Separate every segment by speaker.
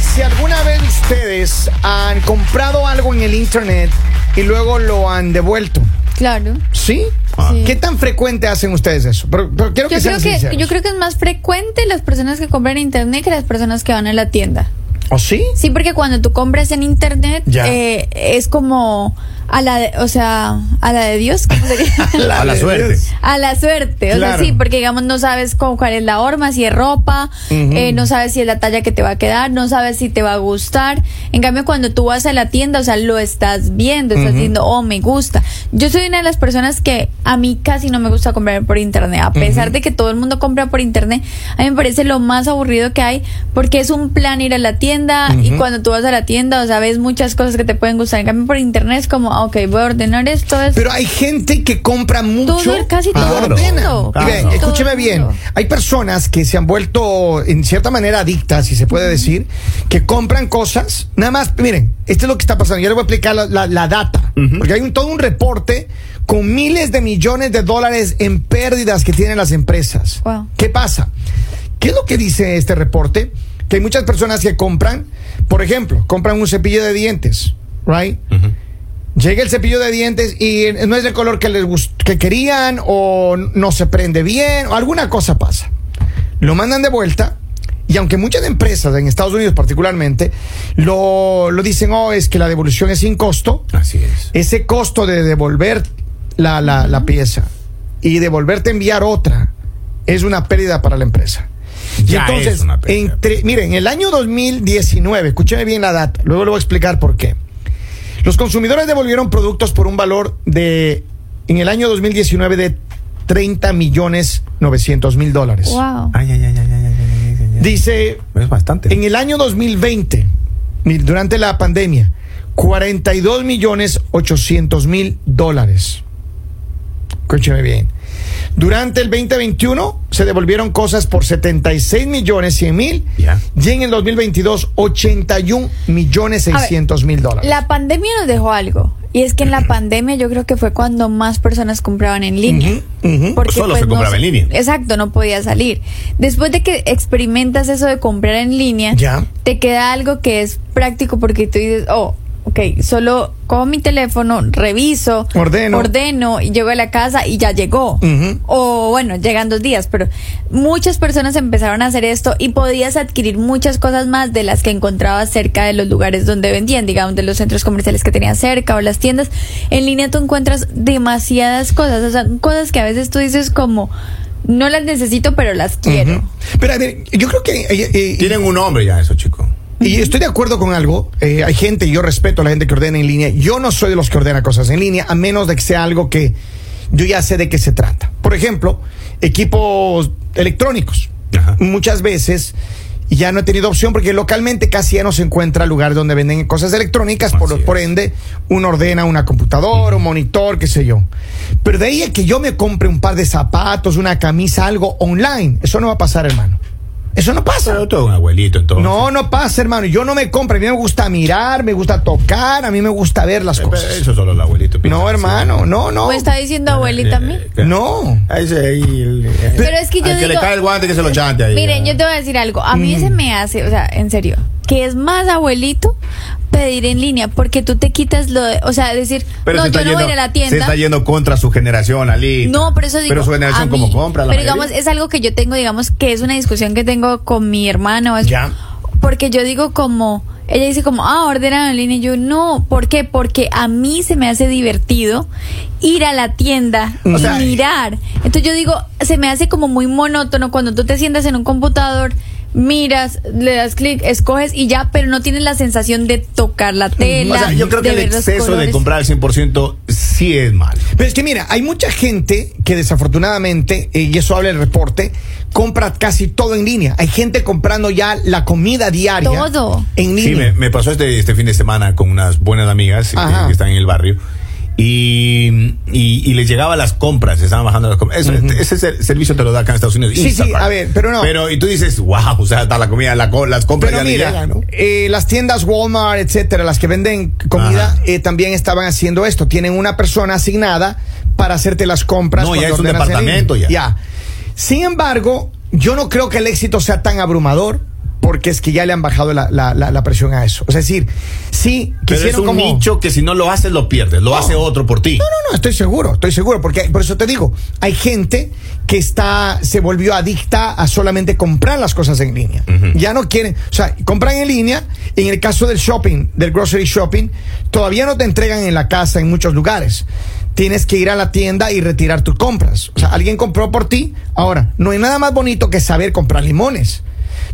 Speaker 1: si alguna vez ustedes han comprado algo en el internet y luego lo han devuelto,
Speaker 2: Claro.
Speaker 1: ¿sí?
Speaker 3: Ah.
Speaker 2: Sí.
Speaker 1: ¿Qué tan frecuente hacen ustedes eso? Pero, pero quiero que
Speaker 2: Yo creo
Speaker 1: sean
Speaker 2: que,
Speaker 1: sinceros.
Speaker 2: yo creo que es más frecuente las personas que compran en internet que las personas que van a la tienda.
Speaker 1: ¿O sí?
Speaker 2: Sí, porque cuando tú compras en internet
Speaker 1: Ya.
Speaker 2: eh, es como a la, de- o sea, a la de Dios, ¿cómo sería?
Speaker 3: A la
Speaker 1: de
Speaker 3: suerte.
Speaker 1: Dios.
Speaker 2: A la suerte, o
Speaker 1: Claro.
Speaker 2: sea, sí, porque digamos no sabes con cuál es la horma, si es ropa, eh, no sabes si es la talla que te va a quedar, no sabes si te va a gustar. En cambio, cuando tú vas a la tienda, o sea, lo estás viendo, estás diciendo, oh, me gusta. Yo soy una de las personas que a mí casi no me gusta comprar por internet, a pesar de que todo el mundo compra por internet, a mí me parece lo más aburrido que hay, porque es un plan ir a la tienda y cuando tú vas a la tienda, o sea, ves muchas cosas que te pueden gustar. En cambio, por internet es como, ah, ok, voy a ordenar esto, esto.
Speaker 1: Pero hay gente que compra mucho
Speaker 2: Pues, Todo, casi todo
Speaker 1: y
Speaker 2: el
Speaker 1: ordena.
Speaker 2: mundo,
Speaker 1: Y ve,
Speaker 2: casi todo
Speaker 1: escúcheme
Speaker 2: el
Speaker 1: bien,
Speaker 2: mundo.
Speaker 1: hay personas que se han vuelto en cierta manera adictas, si se puede decir, que compran cosas, nada más, miren, esto es lo que está pasando, yo les voy a explicar la, la- la data, porque hay un, todo un reporte con miles de millones de dólares en pérdidas que tienen las empresas.
Speaker 2: Wow.
Speaker 1: ¿Qué pasa? ¿Qué es lo que dice este reporte? Que hay muchas personas que compran, por ejemplo, compran un cepillo de dientes, ¿right? Llega el cepillo de dientes y eh, no es del color que les gust- que querían o no se prende bien o alguna cosa pasa. Lo mandan de vuelta y aunque muchas empresas en Estados Unidos particularmente lo, lo dicen, oh, es que la devolución es sin costo,
Speaker 3: Así es.
Speaker 1: ese costo de devolver la, la- la pieza y devolverte a enviar otra es una pérdida para la empresa. Y
Speaker 3: Ya
Speaker 1: entonces,
Speaker 3: es una pérdida.
Speaker 1: entre, miren, en el año 2019, escúcheme bien la data, luego le voy a explicar por qué. Los consumidores devolvieron productos por un valor de, en el año 2019, de 30 millones 900 mil dólares.
Speaker 2: Wow.
Speaker 3: Ay, ay, ay, ay, ay, ay, ay, ay, ay.
Speaker 1: Dice
Speaker 3: Es bastante.
Speaker 1: en el año 2020, mi- durante la pandemia, 42 millones 800 mil dólares. Escúcheme bien. Durante el 2021 se devolvieron cosas por 76 millones 100 mil
Speaker 3: Ya.
Speaker 1: y en el 2022 81 millones
Speaker 2: ver,
Speaker 1: 600 mil dólares.
Speaker 2: La pandemia nos dejó algo. Y es que en la pandemia yo creo que fue cuando más personas compraban en línea.
Speaker 1: Ujú, ujú.
Speaker 2: Porque pues,
Speaker 3: Solo se
Speaker 2: no
Speaker 3: compraba en línea.
Speaker 2: Exacto, no podía salir. Después de que experimentas eso de comprar en línea,
Speaker 1: Ya.
Speaker 2: te queda algo que es práctico porque tú dices, oh, ok, solo cojo mi teléfono, reviso,
Speaker 1: Ordeno.
Speaker 2: ordeno y llego a la casa y ya llegó.
Speaker 1: Ujú.
Speaker 2: O bueno, llegan dos días, pero muchas personas empezaron a hacer esto y podías adquirir muchas cosas más de las que encontrabas cerca de los lugares donde vendían, digamos, de los centros comerciales que tenías cerca o las tiendas. En línea tú encuentras demasiadas cosas, o sea, cosas que a veces tú dices como, no las necesito, pero las quiero.
Speaker 1: Pero a ver, yo creo que... eh, eh,
Speaker 3: Tienen un nombre ya, eso, chico.
Speaker 1: Y estoy de acuerdo con algo. eh, hay gente, yo respeto a la gente que ordena en línea. Yo no soy de los que ordena cosas en línea, a menos de que sea algo que yo ya sé de qué se trata. Por ejemplo, equipos electrónicos.
Speaker 3: Ajá.
Speaker 1: Muchas veces ya no he tenido opción porque localmente casi ya no se encuentra lugar donde venden cosas electrónicas. Por,
Speaker 3: Así es.
Speaker 1: por ende, uno ordena una computadora, un monitor, qué sé yo. Pero de ahí a que yo me compre un par de zapatos, una camisa, algo online, eso no va a pasar, hermano. Eso no pasa.
Speaker 3: Pero todo un abuelito, entonces.
Speaker 1: No, no pasa, hermano. Yo no me compro. A mí me gusta mirar, me gusta tocar, a mí me gusta ver las
Speaker 3: Eh, pero
Speaker 1: cosas.
Speaker 3: Eso solo el abuelito. piensa
Speaker 1: pues. No,
Speaker 3: así.
Speaker 1: hermano, no, no.
Speaker 2: ¿O Pues está diciendo abuelita a mí?
Speaker 3: Eh, claro.
Speaker 1: No.
Speaker 3: Ahí se- ahí el-
Speaker 2: Pero es que yo
Speaker 3: al que le
Speaker 2: digo-
Speaker 3: cae el guante que se lo chante ahí.
Speaker 2: Miren,
Speaker 3: ya.
Speaker 2: yo
Speaker 3: Mm.
Speaker 2: te voy a decir algo. A mí se me hace, o sea, en serio, que es más abuelito pedir en línea porque tú te quitas lo de, o sea, decir,
Speaker 3: Pero
Speaker 2: no,
Speaker 3: se
Speaker 2: yo
Speaker 3: está
Speaker 2: no voy a ir a la
Speaker 3: Se
Speaker 2: tienda.
Speaker 3: está yendo contra su generación, Ali.
Speaker 2: No, pero eso digo.
Speaker 3: Pero su generación,
Speaker 2: a
Speaker 3: como
Speaker 2: mí-
Speaker 3: compra? La
Speaker 2: Pero
Speaker 3: mayoría.
Speaker 2: digamos, es algo que yo tengo, digamos, que es una discusión que tengo con mi hermana. o eso.
Speaker 1: Ya.
Speaker 2: Porque yo digo como. Ella dice como, ah, ordenan en línea. Y yo, no. ¿Por qué? Porque a mí se me hace divertido ir a la tienda
Speaker 1: O
Speaker 2: y
Speaker 1: sea,
Speaker 2: mirar. Entonces yo digo, se me hace como muy monótono cuando tú te sientas en un computador. Miras, le das clic, escoges y ya, pero no tienes la sensación de tocar la tela.
Speaker 3: O sea, yo creo que
Speaker 2: de
Speaker 3: el
Speaker 2: ver los
Speaker 3: exceso de
Speaker 2: colores.
Speaker 3: comprar al 100% sí es malo.
Speaker 1: Pero es que mira, hay mucha gente que desafortunadamente, eh, y eso habla el reporte, compra casi todo en línea. Hay gente comprando ya la comida diaria.
Speaker 2: Todo.
Speaker 1: En
Speaker 3: Sí, me,
Speaker 1: línea.
Speaker 3: me pasó este, este fin de semana con unas buenas amigas eh,
Speaker 1: Ajá.
Speaker 3: que están en el barrio. Y, y, y les llegaba las compras, estaban bajando las compras. Eso, Ese ser- servicio te lo da acá en Estados Unidos.
Speaker 1: Sí, sí, a ver, pero no.
Speaker 3: Pero, y tú dices, wow, o sea, está la comida, la co- las compras
Speaker 1: Pero
Speaker 3: ya le
Speaker 1: mira,
Speaker 3: llegan, ¿no?
Speaker 1: eh, las tiendas Walmart, etcétera, las que venden comida,
Speaker 3: Ajá.
Speaker 1: eh, también estaban haciendo esto. Tienen una persona asignada para hacerte las compras.
Speaker 3: No, ya
Speaker 1: cuando
Speaker 3: es un
Speaker 1: ordenas en
Speaker 3: departamento,
Speaker 1: línea.
Speaker 3: ya.
Speaker 1: Sin embargo, yo no creo que el éxito sea tan abrumador porque es que ya le han bajado la, la- la- la presión a eso. Es decir, sí,
Speaker 3: Pero es
Speaker 1: quisieron
Speaker 3: un
Speaker 1: como...
Speaker 3: nicho que si no lo haces, lo pierdes. Lo hace otro por ti.
Speaker 1: No, no, estoy seguro, estoy seguro, porque por eso te digo, hay gente que está, se volvió adicta a solamente comprar las cosas en línea.
Speaker 3: Ujú.
Speaker 1: Ya no quieren, o sea, compran en línea, en el caso del shopping, del grocery shopping, todavía no te entregan en la casa en muchos lugares. Tienes que ir a la tienda y retirar tus compras. O sea, alguien compró por ti. Ahora, no hay nada más bonito que saber comprar limones.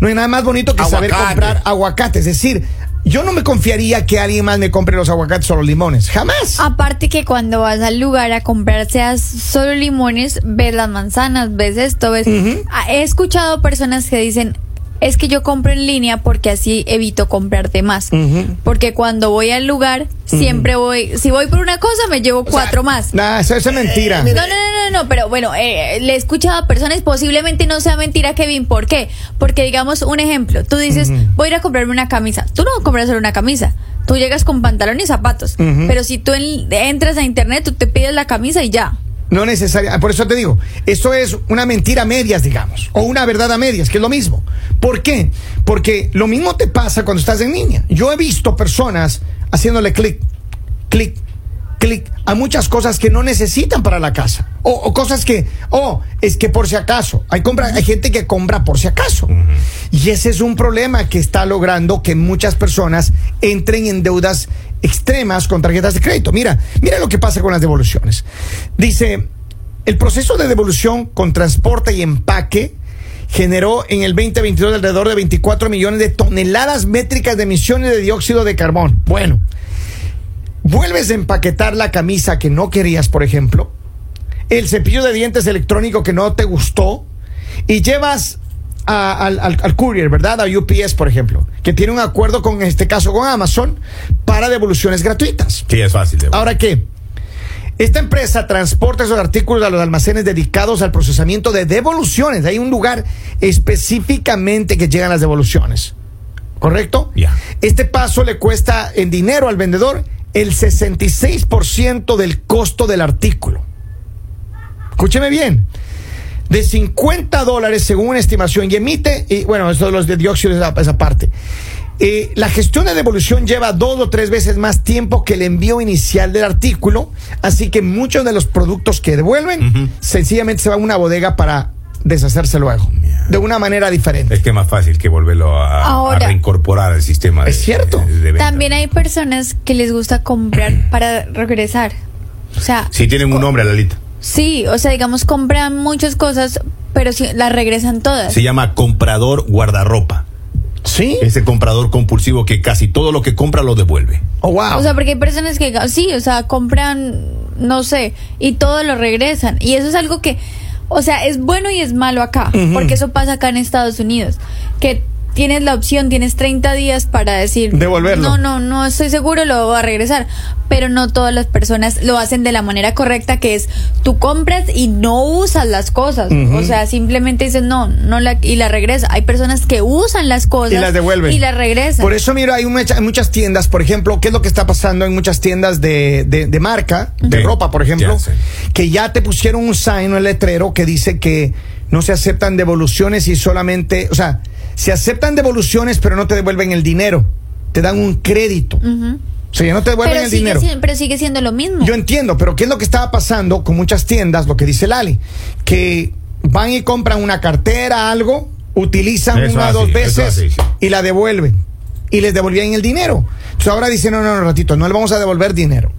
Speaker 1: No hay nada más bonito que saber
Speaker 3: Aguacate.
Speaker 1: comprar aguacate. Es decir, yo no me confiaría que alguien más me compre los aguacates o los limones. Jamás.
Speaker 2: Aparte que cuando vas al lugar a comprar seas solo limones, ves las manzanas, ves esto, ves...
Speaker 1: Ujú.
Speaker 2: Ah, He escuchado personas que dicen, es que yo compro en línea porque así evito comprarte más.
Speaker 1: Ujú.
Speaker 2: Porque cuando voy al lugar, siempre voy, si voy por una cosa, me llevo cuatro más.
Speaker 1: Nah, eso, eso es mentira.
Speaker 2: No, no, no, no, no, pero bueno, eh, le he escuchado a personas, posiblemente no sea mentira, Kevin. ¿Por qué? Porque, digamos, un ejemplo, tú dices, voy a ir a comprarme una camisa. Tú no compras solo una camisa. Tú llegas con pantalón y zapatos.
Speaker 1: Ujú.
Speaker 2: Pero si tú en- entras a internet, tú te pides la camisa y ya.
Speaker 1: No necesaria. Por eso te digo, eso es una mentira a medias, digamos, o una verdad a medias, que es lo mismo. ¿Por qué? Porque lo mismo te pasa cuando estás en línea. Yo he visto personas haciéndole clic, clic, clic a muchas cosas que no necesitan para la casa. O, o cosas que, oh, es que por si acaso. Hay, compra, hay gente que compra por si acaso. Y ese es un problema que está logrando que muchas personas entren en deudas extremas con tarjetas de crédito. Mira, mira lo que pasa con las devoluciones. Dice, el proceso de devolución con transporte y empaque generó en el 2022 alrededor de 24 millones de toneladas métricas de emisiones de dióxido de carbón. Bueno, vuelves a empaquetar la camisa que no querías, por ejemplo, el cepillo de dientes electrónico que no te gustó, y llevas a- al, al- al courier, ¿verdad? A UPS, por ejemplo, que tiene un acuerdo con, en este caso, con Amazon para devoluciones gratuitas.
Speaker 3: Sí, es fácil. de-
Speaker 1: Ahora qué? Esta empresa transporta esos artículos a los almacenes dedicados al procesamiento de devoluciones. Hay un lugar específicamente que llegan las devoluciones. ¿Correcto?
Speaker 3: Ya.
Speaker 1: Este paso le cuesta en dinero al vendedor el 66% del costo del artículo. Escúcheme bien. De 50 dólares según una estimación y emite, y bueno, eso de los de dióxido es esa parte. Eh, la gestión de devolución lleva dos o tres veces más tiempo que el envío inicial del artículo, así que muchos de los productos que devuelven
Speaker 3: Ujú.
Speaker 1: sencillamente se van a una bodega para deshacerse luego,
Speaker 3: Mierda.
Speaker 1: de una manera diferente.
Speaker 3: Es que es más fácil que volverlo a, a
Speaker 2: Ahora.
Speaker 3: reincorporar al sistema. de-
Speaker 1: Es cierto.
Speaker 3: de venta.
Speaker 2: También hay personas que les gusta comprar para regresar. O sea,
Speaker 3: Si tienen un nombre, Lalita.
Speaker 2: sí, o sea, digamos, compran muchas cosas, pero sí, las regresan todas.
Speaker 3: Se llama comprador guardarropa.
Speaker 1: ¿Sí?
Speaker 3: Ese comprador compulsivo que casi todo lo que compra lo devuelve.
Speaker 1: Oh, wow.
Speaker 2: O sea, porque hay personas que sí, o sea, compran, no sé, y todo lo regresan. Y eso es algo que, o sea, es bueno y es malo acá,
Speaker 1: Ujú.
Speaker 2: porque eso pasa acá en Estados Unidos, que tienes la opción, tienes 30 días para decir...
Speaker 1: Devolverlo.
Speaker 2: No, no, no estoy seguro, lo voy a regresar. Pero no todas las personas lo hacen de la manera correcta, que es tú compras y no usas las cosas.
Speaker 1: Ujú.
Speaker 2: O sea, simplemente dices no, no la, y la regresa. Hay personas que usan las cosas
Speaker 1: y las devuelven.
Speaker 2: Y las regresan.
Speaker 1: Por eso, mira, hay mucha- hay muchas tiendas, por ejemplo, ¿qué es lo que está pasando en muchas tiendas de, de- de marca, de
Speaker 3: Sí,
Speaker 1: ropa, por ejemplo?
Speaker 3: ya sé.
Speaker 1: Que ya te pusieron un sign, un letrero que dice que no se aceptan devoluciones y solamente, o sea, se aceptan devoluciones, pero no te devuelven el dinero. Te dan un crédito.
Speaker 2: Ujú.
Speaker 1: O sea, ya no te devuelven
Speaker 2: pero,
Speaker 1: el
Speaker 2: sigue
Speaker 1: dinero.
Speaker 2: siendo, pero sigue siendo lo mismo.
Speaker 1: Yo entiendo, pero ¿qué es lo que estaba pasando con muchas tiendas? Lo que dice Lali, que van y compran una cartera, algo, utilizan
Speaker 3: Eso
Speaker 1: una o
Speaker 3: así,
Speaker 1: dos
Speaker 3: eso
Speaker 1: veces
Speaker 3: así.
Speaker 1: y la devuelven. Y les devolvían el dinero. Entonces ahora dicen, no, no, no, ratito, no le vamos a devolver dinero.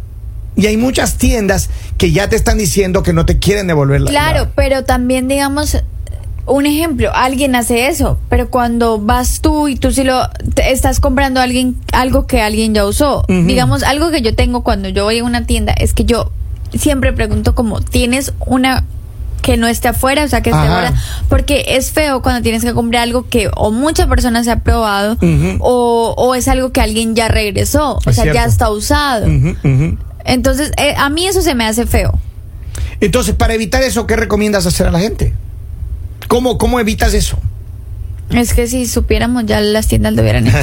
Speaker 1: Y hay muchas tiendas que ya te están diciendo que no te quieren devolver la
Speaker 2: Claro,
Speaker 1: la-
Speaker 2: pero también digamos un ejemplo, alguien hace eso, pero cuando vas tú y tú sí lo te estás comprando a alguien algo que alguien ya usó,
Speaker 1: Ujú.
Speaker 2: digamos algo que yo tengo cuando yo voy a una tienda es que yo siempre pregunto como tienes una que no esté afuera, o sea, que esté
Speaker 1: Ajá.
Speaker 2: afuera, porque es feo cuando tienes que comprar algo que o muchas personas se ha probado
Speaker 1: Ujú.
Speaker 2: o, o es algo que alguien ya regresó, o
Speaker 1: Es
Speaker 2: sea, ya
Speaker 1: cierto.
Speaker 2: está usado.
Speaker 1: Ujú, ujú.
Speaker 2: Entonces, eh, a mí eso se me hace feo.
Speaker 1: Entonces, para evitar eso, ¿qué recomiendas hacer a la gente? ¿Cómo, cómo evitas eso?
Speaker 2: Es que si supiéramos ya las tiendas lo hubieran hecho.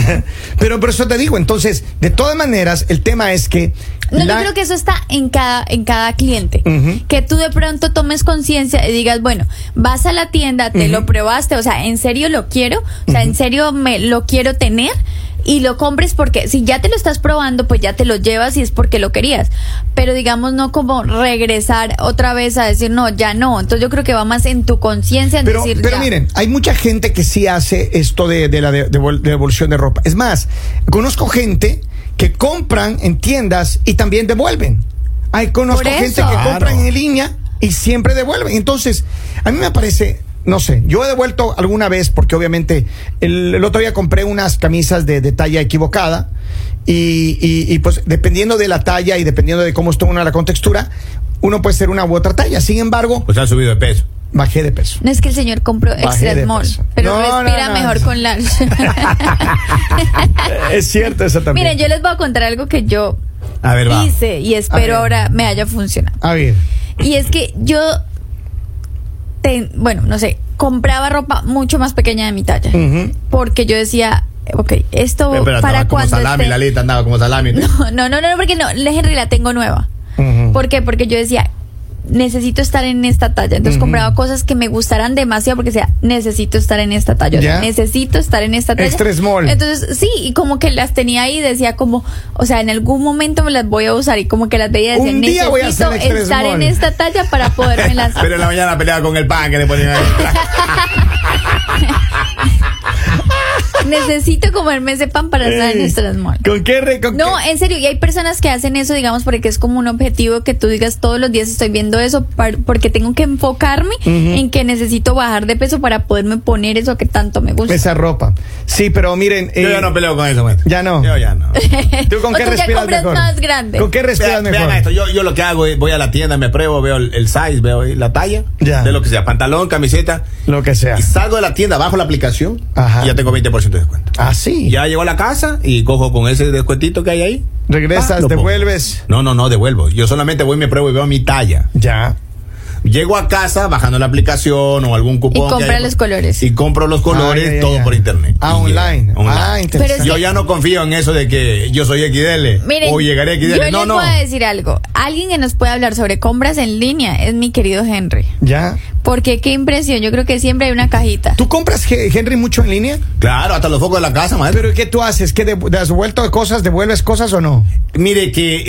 Speaker 1: Pero por eso te digo, entonces, de todas maneras, el tema es que...
Speaker 2: No,
Speaker 1: la-
Speaker 2: yo creo que eso está en cada, en cada cliente.
Speaker 1: Ujú.
Speaker 2: Que tú de pronto tomes conciencia y digas, bueno, vas a la tienda, te lo probaste, o sea, en serio lo quiero, o sea, en serio me lo quiero tener y lo compres porque si ya te lo estás probando, pues ya te lo llevas y es porque lo querías. Pero digamos, no como regresar otra vez a decir, no, ya no. Entonces yo creo que va más en tu conciencia en
Speaker 1: Pero,
Speaker 2: decir,
Speaker 1: pero
Speaker 2: ya.
Speaker 1: miren, hay mucha gente que sí hace esto de, de la de- devol- devolución de ropa. Es más, conozco gente que compran en tiendas y también devuelven. Hay conozco
Speaker 2: Por eso.
Speaker 1: gente que
Speaker 3: Claro.
Speaker 1: compran en línea y siempre devuelven. Entonces, a mí me parece, no sé, yo he devuelto alguna vez porque obviamente el, el otro día compré unas camisas de, de talla equivocada y, y- y, pues dependiendo de la talla y dependiendo de cómo está una la contextura, uno puede ser una u otra talla. Sin embargo,
Speaker 3: Pues han subido de peso.
Speaker 1: bajé de peso.
Speaker 2: No es que el señor compró
Speaker 1: Bajé
Speaker 2: extra
Speaker 1: de
Speaker 2: small,
Speaker 1: peso.
Speaker 2: pero
Speaker 1: No, no,
Speaker 2: respira
Speaker 1: no.
Speaker 2: mejor con la
Speaker 1: Es cierto eso también.
Speaker 2: Miren, yo les voy a contar algo que yo
Speaker 3: A ver, va.
Speaker 2: hice y espero
Speaker 1: A ver.
Speaker 2: ahora me haya funcionado.
Speaker 1: A ver.
Speaker 2: Y es que yo, ten- bueno, no sé, compraba ropa mucho más pequeña de mi talla.
Speaker 1: Ujú.
Speaker 2: Porque yo decía, ok, esto
Speaker 3: Pero, pero
Speaker 2: para
Speaker 3: andaba como
Speaker 2: cuando...
Speaker 3: salami,
Speaker 2: esté-
Speaker 3: Lalita andaba como salami.
Speaker 2: No, no, no, no, porque no, la Henry la tengo nueva.
Speaker 1: Ujú.
Speaker 2: ¿Por qué? Porque yo decía, necesito estar en esta talla. Entonces
Speaker 1: Ujú.
Speaker 2: compraba cosas que me gustaran demasiado porque decía, necesito estar en esta talla. O sea,
Speaker 1: Ya.
Speaker 2: necesito estar en esta talla.
Speaker 1: Extra small.
Speaker 2: Entonces, sí, y como que las tenía ahí y decía como, o sea, en algún momento me las voy a usar y como que las veía y decía,
Speaker 1: Un día
Speaker 2: necesito
Speaker 1: voy a hacer extra
Speaker 2: estar
Speaker 1: small".
Speaker 2: en esta talla para poderme las...
Speaker 3: Pero en la mañana peleaba con el pan que le ponían ahí.
Speaker 2: necesito comerme ese pan para estar en
Speaker 1: Ey,
Speaker 2: extra small.
Speaker 1: ¿Con qué? re- con
Speaker 2: No, eh,
Speaker 1: qué-
Speaker 2: en serio, y hay personas que hacen eso, digamos, porque es como un objetivo que tú digas todos los días estoy viendo eso par- porque tengo que enfocarme en que necesito bajar de peso para poderme poner eso que tanto me
Speaker 3: Pues,
Speaker 2: gusta.
Speaker 1: Esa ropa. Sí, pero miren.
Speaker 3: Yo
Speaker 1: eh,
Speaker 3: ya no peleo con eso, maestro.
Speaker 1: Ya no.
Speaker 3: Yo ya no.
Speaker 1: ¿Tú con
Speaker 2: O
Speaker 1: qué
Speaker 2: tú ya
Speaker 1: respiras
Speaker 2: compras
Speaker 1: mejor?
Speaker 2: más grande.
Speaker 1: ¿Con qué respiras
Speaker 3: Vean,
Speaker 1: mejor?
Speaker 3: vean esto, yo, yo lo que hago es voy a la tienda, me pruebo, veo el, el size, veo ahí la talla,
Speaker 1: Ya.
Speaker 3: de lo que sea, pantalón, camiseta,
Speaker 1: Lo que sea.
Speaker 3: y salgo de la tienda, bajo la aplicación
Speaker 1: Ajá.
Speaker 3: y ya tengo 20% de descuento.
Speaker 1: Así.
Speaker 3: Ya llego a la casa y cojo con ese descuentito que hay ahí.
Speaker 1: Regresas,
Speaker 3: Ah, lo
Speaker 1: devuelves.
Speaker 3: pongo. No, no, no, devuelvo. Yo solamente voy, me pruebo y veo mi talla.
Speaker 1: Ya.
Speaker 3: Llego a casa bajando la aplicación o algún cupón. que
Speaker 2: compra
Speaker 3: haya.
Speaker 2: los colores.
Speaker 3: Y compro los colores,
Speaker 1: Ah, ya, ya,
Speaker 3: todo
Speaker 1: ya.
Speaker 3: por internet.
Speaker 1: Ah,
Speaker 3: Y llega,
Speaker 1: online. Ah,
Speaker 2: Pero es
Speaker 1: interesante.
Speaker 3: yo ya no confío en eso de que yo soy XDL
Speaker 2: Miren,
Speaker 3: o llegaré a XDL.
Speaker 2: yo les
Speaker 3: no, no.
Speaker 2: voy a decir algo. Alguien que nos puede hablar sobre compras en línea es mi querido Henry.
Speaker 1: Ya.
Speaker 2: Porque qué impresión, yo creo que siempre hay una cajita.
Speaker 1: ¿Tú compras, He- Henry, mucho en línea?
Speaker 3: Claro, hasta los focos de la casa, maestro.
Speaker 1: ¿Pero qué tú haces? ¿Qué de- has vuelto cosas? ¿Devuelves cosas o no?
Speaker 3: Mire que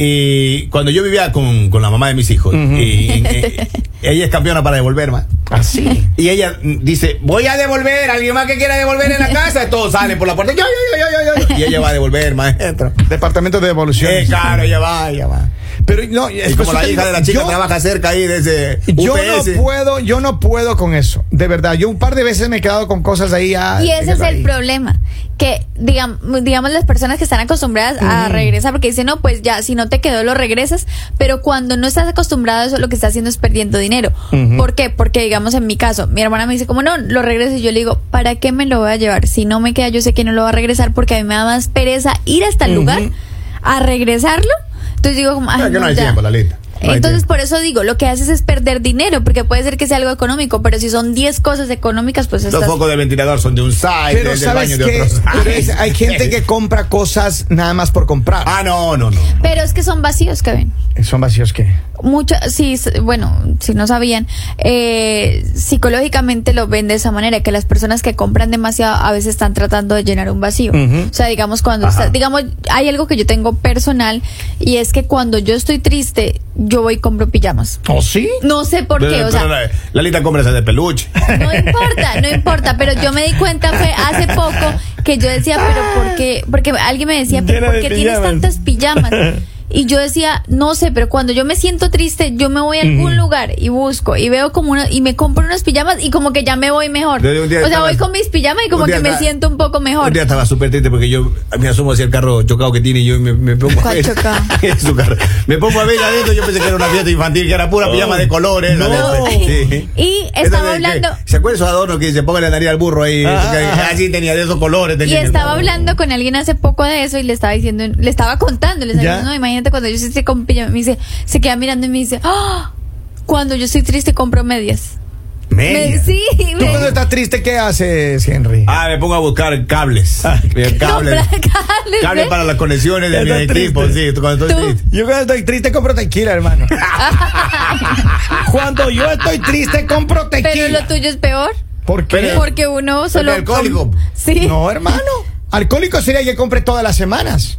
Speaker 3: eh, cuando yo vivía con, con la mamá de mis hijos, eh, en- eh, ella es campeona para devolver, ma.
Speaker 1: Así.
Speaker 3: Y ella mm, dice, voy a devolver, alguien más que quiera devolver en la casa, todos salen por la puerta, yo, yo, yo, yo, yo, yo. Y ella va a devolver, maestro.
Speaker 1: Departamento de
Speaker 3: Eh,
Speaker 1: devoluciones.
Speaker 3: claro, ella va, ella va.
Speaker 1: Pero no,
Speaker 3: Y
Speaker 1: es
Speaker 3: como la hija de la chica
Speaker 1: yo-
Speaker 3: trabaja cerca ahí de ese
Speaker 1: Yo
Speaker 3: UPS.
Speaker 1: no puedo, yo no puedo con eso. De verdad, yo un par de veces me he quedado con cosas ahí. ah,
Speaker 2: Y ese es el
Speaker 1: ahí.
Speaker 2: problema, que digam- digamos las personas que están acostumbradas a regresar, porque dicen, no, pues ya, si no te quedó, lo regresas, pero cuando no estás acostumbrado a eso, lo que estás haciendo es perdiendo dinero. ¿Por qué? Porque, digamos, en mi caso, mi hermana me dice, como no, lo regreso, y yo le digo, ¿para qué me lo voy a llevar? Si no me queda, yo sé que no lo va a regresar, porque a mí me da más pereza ir hasta el lugar a regresarlo. Entonces digo, como, "Ay,
Speaker 3: Pero que no hay
Speaker 2: ya".
Speaker 3: tiempo, Lalita. No hay
Speaker 2: Entonces,
Speaker 3: tiempo.
Speaker 2: por eso digo, lo que haces es perder dinero, porque puede ser que sea algo económico, pero si son 10 cosas económicas, pues
Speaker 3: Los
Speaker 2: estás
Speaker 3: focos del ventilador son de un side,
Speaker 1: Pero
Speaker 3: de- del
Speaker 1: sabes
Speaker 3: baño de
Speaker 1: que
Speaker 3: otro side.
Speaker 1: hay gente que compra cosas nada más por comprar.
Speaker 3: Ah, no, no, no.
Speaker 2: Pero es que son vacíos que ven.
Speaker 1: Son vacíos que.
Speaker 2: Mucho, sí, s- bueno, si no sabían, eh, psicológicamente lo ven de esa manera, que las personas que compran demasiado a veces están tratando de llenar un vacío.
Speaker 1: Ujú.
Speaker 2: O sea, digamos, cuando,
Speaker 3: Ajá.
Speaker 2: está- digamos, hay algo que yo tengo personal y es que cuando yo estoy triste, yo voy y compro pijamas.
Speaker 3: ¿Oh,
Speaker 1: ¿O sí?
Speaker 2: No sé por qué,
Speaker 3: Pero-
Speaker 2: o sea,
Speaker 3: pero la- Lalita compra esa de peluche.
Speaker 2: no importa, no importa, pero yo me di cuenta fue hace poco que yo decía, pero ¿por qué? Porque alguien me decía, pero
Speaker 1: Llena
Speaker 2: ¿por
Speaker 1: de
Speaker 2: qué tienes
Speaker 1: pijamas.
Speaker 2: tantas pijamas? Y yo decía, no sé, pero cuando yo me siento triste, yo me voy a algún lugar y busco y veo como una, y me compro unas pijamas y como que ya me voy mejor.
Speaker 3: Yo de un día
Speaker 2: O sea,
Speaker 3: estaba-
Speaker 2: voy con mis pijamas y como
Speaker 3: un día
Speaker 2: que me
Speaker 3: estaba-
Speaker 2: siento un poco mejor.
Speaker 3: Un día estaba súper triste porque yo me asumo hacia el carro chocado que tiene y yo me, me pongo a
Speaker 2: ¿Cuál
Speaker 3: ver.
Speaker 2: chocado?
Speaker 3: Su carro. Me pongo a ver adentro. Yo pensé que era una fiesta infantil, que era pura pijama de colores. la
Speaker 1: Oh. No.
Speaker 3: de- sí.
Speaker 2: Y
Speaker 3: Esa
Speaker 2: estaba
Speaker 3: de que-
Speaker 2: hablando-
Speaker 3: ¿Se acuerdan esos adornos que se pongan la nariz al burro ahí?
Speaker 1: Ah, ah, ah.
Speaker 3: así tenía de esos colores.
Speaker 2: Y
Speaker 3: tenía que-
Speaker 2: estaba hablando con alguien hace poco de eso y le estaba diciendo, le estaba contando, le estaba
Speaker 1: ¿Ya?
Speaker 2: diciendo, no, imagínate cuando yo estoy triste con pijama", me dice, se queda mirando y me dice, "Ah, cuando yo estoy triste compro medias.
Speaker 3: Armenia.
Speaker 2: Me- sí,
Speaker 1: ¿Tú
Speaker 2: me-
Speaker 1: cuando estás triste qué haces, Henry?
Speaker 3: Ah, me pongo a buscar cables.
Speaker 1: Ah,
Speaker 3: Cables.
Speaker 2: comprar cables,
Speaker 3: Cables
Speaker 2: ¿eh?
Speaker 3: para las conexiones de mi
Speaker 1: Está
Speaker 3: equipo,
Speaker 1: triste.
Speaker 3: sí. Cuando estoy
Speaker 2: Tú.
Speaker 3: triste.
Speaker 1: Yo cuando estoy triste compro tequila, hermano. cuando yo estoy triste compro tequila.
Speaker 2: Pero lo tuyo es peor. ¿eh?
Speaker 1: ¿Por qué?
Speaker 3: Pero-
Speaker 2: Porque uno solo.
Speaker 3: alcohólico.
Speaker 2: Sí.
Speaker 1: No, hermano. Alcohólico sería que compre todas las semanas.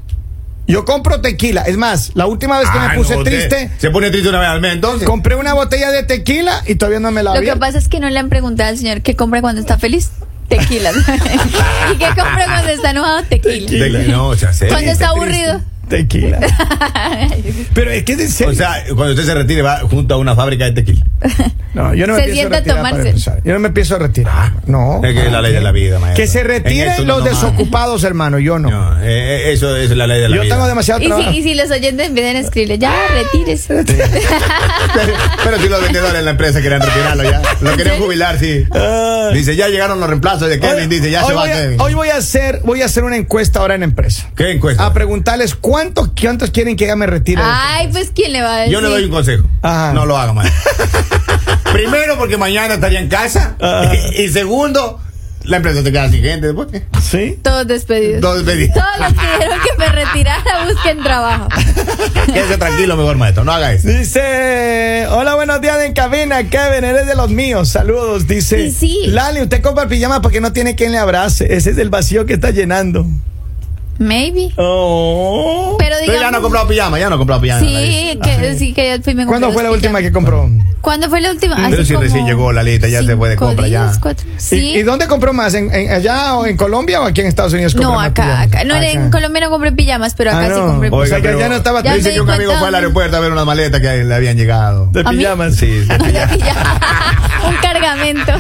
Speaker 1: Yo compro tequila. Es más, la última vez que
Speaker 3: Ah,
Speaker 1: me puse
Speaker 3: no, te-
Speaker 1: triste,
Speaker 3: Se pone triste una vez al mes, entonces.
Speaker 1: compré una botella de tequila y todavía no me la
Speaker 2: Lo que
Speaker 1: abierto.
Speaker 2: pasa es que no le han preguntado al señor qué compra cuando está feliz. Tequila. ¿Y qué compra cuando está enojado? Tequila.
Speaker 3: De que- no, o sea, se-
Speaker 2: Cuando está aburrido.
Speaker 1: Tequila. Pero es que es en serio.
Speaker 3: O sea, cuando usted se retire, va junto a una fábrica de tequila.
Speaker 1: no, yo no me
Speaker 2: se
Speaker 1: pienso
Speaker 2: sienta a
Speaker 1: retirar para
Speaker 2: tomarse.
Speaker 1: empezar. Yo no me pienso retirar. Ah, No.
Speaker 3: Es que es la ley de la vida, maestro.
Speaker 1: Que se
Speaker 3: En
Speaker 1: retiren
Speaker 3: esto no
Speaker 1: los
Speaker 3: nomás.
Speaker 1: desocupados, hermano. Yo no.
Speaker 3: No, eh, eh, eso es la ley de la
Speaker 1: yo
Speaker 3: vida.
Speaker 1: tengo demasiado
Speaker 2: Y si,
Speaker 1: trabajo.
Speaker 2: y si los oyentes empiezan a escribirle, ya, retírese.
Speaker 3: Pero, pero si los vendedores en la empresa querían retirarlo ya. Lo querían jubilar, sí.
Speaker 1: Ah.
Speaker 3: Dice, ya llegaron los reemplazos de Kevin. Dice, ya
Speaker 1: hoy
Speaker 3: se va
Speaker 1: voy a-
Speaker 3: Kevin.
Speaker 1: hoy voy a hacer, voy a hacer una encuesta ahora en empresa.
Speaker 3: ¿Qué encuesta?
Speaker 1: A preguntarles cuántos, cuántos quieren que ya me retire.
Speaker 2: Ay, pues quién le va a decir.
Speaker 3: Yo le doy un consejo.
Speaker 1: Ajá.
Speaker 3: No lo haga, maestro. Primero, porque mañana estaría en casa.
Speaker 1: Ajá.
Speaker 3: Y segundo, la empresa se queda sin gente después.
Speaker 1: Sí.
Speaker 2: Todos despedidos.
Speaker 3: Dos pedidos.
Speaker 2: Todos los que dijeron que me retirara busquen trabajo.
Speaker 3: Quédese tranquilo, mejor maestro. No haga eso.
Speaker 1: Dice, hola, buenos días en cabina, Kevin, eres de los míos, saludos, dice.
Speaker 2: Y sí.
Speaker 1: Lali, usted compra pijama porque no tiene quien le abrace, ese es el vacío que está llenando.
Speaker 2: Maybe.
Speaker 1: Oh.
Speaker 2: Pero
Speaker 3: Pero ya no ha
Speaker 2: digamos.
Speaker 3: comprado pijama, ya no Ah, ha comprado pijama. Larissa.
Speaker 2: sí, que, sí, que ya fui me
Speaker 1: ¿Cuándo
Speaker 2: compré
Speaker 1: fue la
Speaker 2: dos
Speaker 1: última
Speaker 2: pijamas.
Speaker 1: que compró?
Speaker 2: ¿Cuándo fue la última?
Speaker 3: Pero
Speaker 2: Hace
Speaker 3: si recién
Speaker 2: como
Speaker 3: llegó la lista, ya se fue de
Speaker 2: cinco
Speaker 3: compra, ya.
Speaker 2: días, cuatro. Sí.
Speaker 1: ¿Y, y dónde compró más? ¿En, en- allá o en Colombia o aquí en Estados Unidos? compra
Speaker 2: no,
Speaker 1: más
Speaker 2: acá,
Speaker 1: pijamas?
Speaker 2: acá. No, en Colombia no compré pijamas, pero acá
Speaker 1: Ah,
Speaker 2: sí
Speaker 1: no.
Speaker 2: compré
Speaker 1: O sea,
Speaker 3: Oiga,
Speaker 1: que
Speaker 3: pero
Speaker 1: allá no estaba
Speaker 2: Ya
Speaker 1: triste.
Speaker 2: me
Speaker 3: Dice que
Speaker 2: di
Speaker 3: un amigo
Speaker 2: cuenta
Speaker 3: fue al
Speaker 2: dónde-
Speaker 3: aeropuerto a ver una maleta que le habían llegado.
Speaker 1: De
Speaker 2: ¿A mí?
Speaker 1: pijamas.
Speaker 3: Sí, sí.
Speaker 2: pijamas. Un cargamento.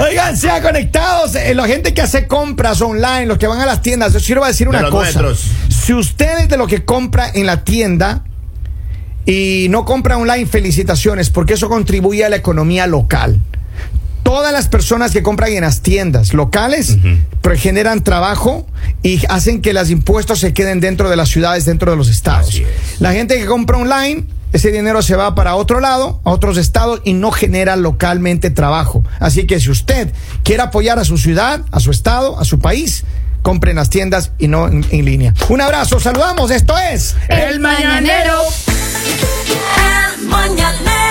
Speaker 1: Oigan, sean conectados. eh, la gente que hace compras online, los que van a las tiendas, yo quiero decir una
Speaker 3: los
Speaker 1: cosa.
Speaker 3: nuestros.
Speaker 1: Si usted es de lo que compra en la tienda y no compra online, felicitaciones, porque eso contribuye a la economía local. Todas las personas que compran en las tiendas locales pero generan trabajo y hacen que los impuestos se queden dentro de las ciudades, dentro de los estados.
Speaker 3: Así es.
Speaker 1: La gente que compra online, ese dinero se va para otro lado, a otros estados y no genera localmente trabajo. Así que si usted quiere apoyar a su ciudad, a su estado, a su país, compre en las tiendas y no en, en línea. Un abrazo, saludamos, esto es
Speaker 2: El Mañanero.
Speaker 4: El Mañanero.